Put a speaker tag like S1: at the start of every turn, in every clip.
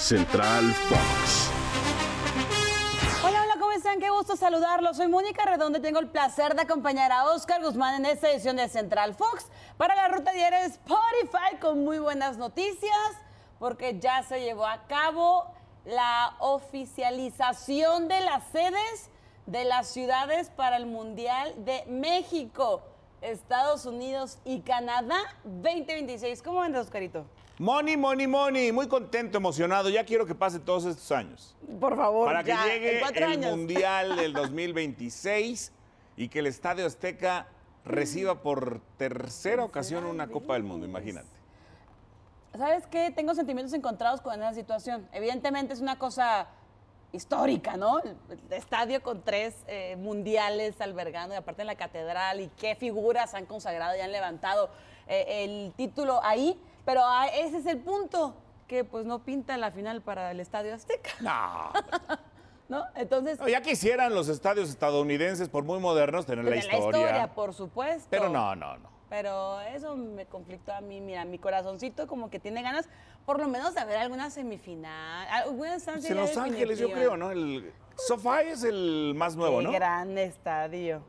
S1: Central Fox.
S2: Hola, hola, ¿cómo están? Qué gusto saludarlos. Soy Mónica Redondo y tengo el placer de acompañar a Oscar Guzmán en esta edición de Central Fox para la ruta diaria de Spotify con muy buenas noticias porque ya se llevó a cabo la oficialización de las sedes de las ciudades para el Mundial de México, Estados Unidos y Canadá 2026. ¿Cómo andas, Oscarito?
S3: Money, money, money. Muy contento, emocionado. Ya quiero que pase todos estos años.
S2: Por favor,
S3: Para que
S2: ya, en
S3: llegue
S2: cuatro
S3: el
S2: años.
S3: Mundial del 2026 y que el Estadio Azteca reciba por tercera ocasión una Copa del Mundo, imagínate.
S2: ¿Sabes qué? Tengo sentimientos encontrados con esa situación. Evidentemente es una cosa histórica, ¿no? El el estadio con tres eh, mundiales albergando, y aparte en la catedral, y qué figuras han consagrado y han levantado eh, el título ahí. Pero ah, ese es el punto, que pues no pinta la final para el Estadio Azteca,
S3: No,
S2: ¿no? Entonces,
S3: no, ya quisieran los estadios estadounidenses, por muy modernos, tener la
S2: de
S3: historia.
S2: por supuesto.
S3: Pero no, no, no.
S2: Pero eso me conflictó a mí, mira, mi corazoncito como que tiene ganas, por lo menos de ver alguna semifinal, alguna
S3: Pues
S2: instancia
S3: en
S2: ya
S3: Los Ángeles, yo
S2: definitiva.
S3: creo, ¿no? El SoFi es el más nuevo,
S2: Qué
S3: ¿no?
S2: gran estadio.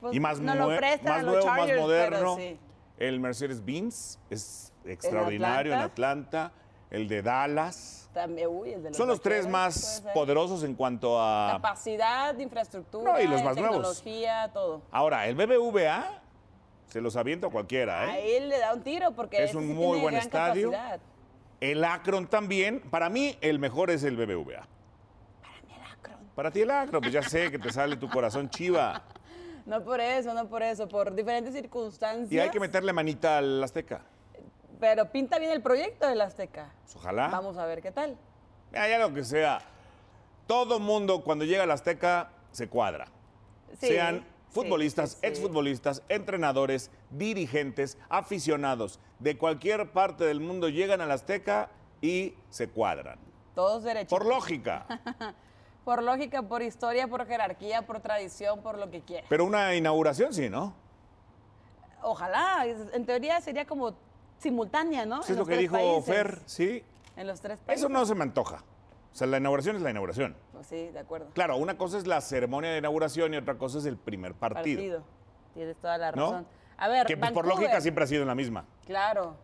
S2: Pues,
S3: Y más,
S2: no lo
S3: nue-
S2: prestan
S3: más
S2: a los
S3: nuevo, más
S2: Chargers,
S3: moderno.
S2: pero sí.
S3: El Mercedes-Benz es extraordinario en Atlanta. El de Dallas.
S2: También, uy, el de
S3: Son los tres
S2: Vaqueros,
S3: más
S2: puede ser.
S3: poderosos en cuanto a...
S2: Capacidad, infraestructura,
S3: No, y los más nuevos.
S2: tecnología, todo.
S3: Ahora, el BBVA se los avienta a cualquiera,
S2: A
S3: ¿eh?
S2: él le da un tiro porque
S3: Es
S2: ese
S3: un
S2: sí
S3: muy
S2: tiene
S3: buen
S2: gran
S3: estadio.
S2: capacidad.
S3: El Akron también. Para mí, el mejor es el BBVA. Para ti el Akron, pues ya sé que te sale tu corazón chiva.
S2: No por eso, no por eso, por diferentes circunstancias.
S3: Y hay que meterle manita al Azteca.
S2: Pero pinta bien el proyecto del Azteca.
S3: Pues, ojalá.
S2: Vamos a ver qué tal.
S3: Mira, ya lo que sea. Todo mundo cuando llega al Azteca se cuadra.
S2: Sí,
S3: Sean
S2: sí,
S3: futbolistas,
S2: sí, sí.
S3: exfutbolistas, entrenadores, dirigentes, aficionados de cualquier parte del mundo llegan al Azteca y se cuadran.
S2: Todos derechos.
S3: Por lógica,
S2: Por lógica, por historia, por jerarquía, por tradición, por lo que quiera.
S3: pero una inauguración sí, ¿no?
S2: Ojalá, es- en teoría sería como simultánea, ¿no?
S3: Eso
S2: En
S3: es lo
S2: los
S3: que
S2: tres
S3: dijo
S2: países.
S3: Fer, sí.
S2: En los tres países.
S3: Eso no se me antoja. O sea, la inauguración es la inauguración.
S2: Pues sí, de acuerdo.
S3: Claro, una cosa es la ceremonia de inauguración y otra cosa es el primer partido.
S2: Tienes toda la
S3: ¿No?
S2: razón. A ver,
S3: Que pues, por
S2: Vancouver.
S3: lógica siempre ha sido en la misma.
S2: Claro.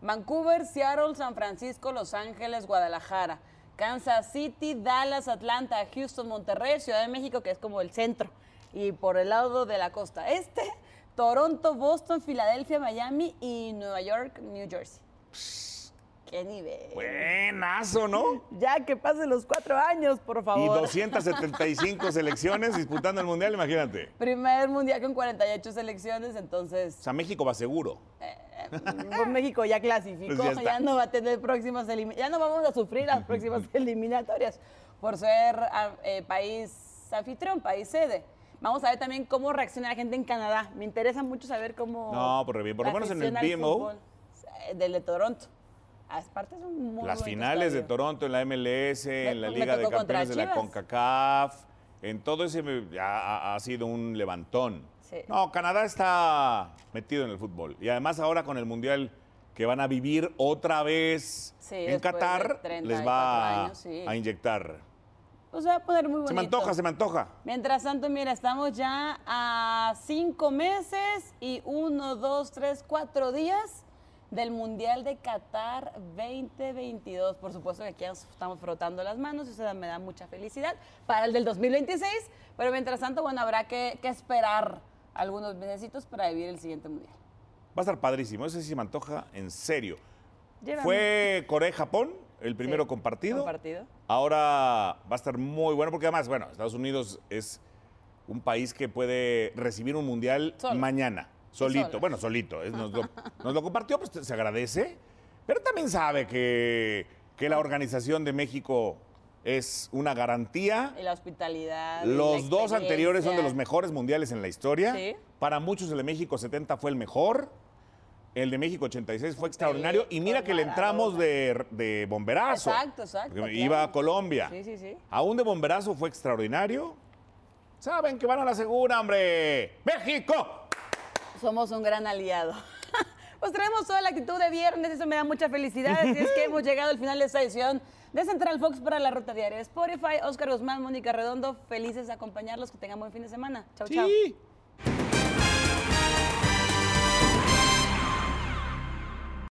S2: Vancouver, Seattle, San Francisco, Los Ángeles, Guadalajara. Kansas City, Dallas, Atlanta, Houston, Monterrey, Ciudad de México, que es como el centro. Y por el lado de la costa este, Toronto, Boston, Filadelfia, Miami y Nueva York, New Jersey. ¡Qué nivel!
S3: Buenazo, ¿no?
S2: Ya que pasen los cuatro años, por
S3: Y
S2: favor.
S3: 275 selecciones disputando el Mundial, imagínate.
S2: Primer mundial con 48 selecciones, entonces
S3: O sea, México va seguro.
S2: Pues México ya clasificó,
S3: Pues ya
S2: ya,
S3: está.
S2: no va a tener próximas elimi- ya no vamos a sufrir las próximas eliminatorias por ser ah, eh, país anfitrión, país sede. Vamos a ver también cómo reacciona la gente en Canadá. Me interesa mucho saber cómo.
S3: No, pero bien, por lo
S2: la
S3: menos en el
S2: afición al
S3: BMO.
S2: fútbol, eh, Del de Toronto. Aparte es un muy
S3: Las
S2: bonito
S3: finales de
S2: estadio.
S3: Toronto en la MLS, en la
S2: me
S3: Liga de
S2: tocó contra
S3: Campeones de la
S2: Chivas.
S3: CONCACAF, en todo ese me- ha, ha- ha sido un levantón.
S2: Sí.
S3: No, Canadá está metido en el fútbol. Y además ahora con el Mundial que van a vivir otra vez
S2: Sí,
S3: en
S2: después de
S3: Qatar,
S2: 34
S3: les va a-
S2: años, sí.
S3: a inyectar.
S2: O sea, Pues va a poner muy bonito.
S3: Se me antoja, se me antoja.
S2: Mientras tanto, mira, estamos ya a cinco meses y uno, dos, tres, cuatro días del Mundial de Qatar 2022. Por supuesto que aquí nos estamos frotando las manos, eso da- me da mucha felicidad para el del 2026, pero mientras tanto, bueno, habrá que, que esperar algunos mesecitos para vivir el siguiente Mundial.
S3: Va a estar padrísimo, ese sí me antoja en serio.
S2: Llévame.
S3: Fue Corea-Japón, el primero
S2: Sí,
S3: compartido.
S2: compartido.
S3: Ahora va a estar muy bueno porque además, bueno, Estados Unidos es un país que puede recibir un mundial
S2: Solo.
S3: mañana, solito.
S2: Solo.
S3: Bueno, solito, es- nos, lo, nos lo compartió, pues se agradece, pero también sabe que, que la organización de México es una garantía.
S2: Y la hospitalidad. y la
S3: Los dos anteriores son de
S2: experiencia.
S3: los mejores mundiales en la historia.
S2: Sí.
S3: Para muchos el de México 70 fue el mejor. El de México 86 fue extraordinario. Y mira que le entramos de, de bomberazo.
S2: Exacto, exacto,
S3: Porque
S2: claro.
S3: Iba a Colombia.
S2: Sí, sí, sí.
S3: Aún de bomberazo fue extraordinario. Saben que van a la segura, hombre. ¡México!
S2: Somos un gran aliado. Pues traemos toda la actitud de viernes, eso me da mucha felicidad. Así es que hemos llegado al final de esta edición de Central Fox para la ruta diaria de Spotify. Oscar Guzmán, Mónica Redondo, felices de acompañarlos. Que tengan buen fin de semana. Chau, chau.
S3: Sí.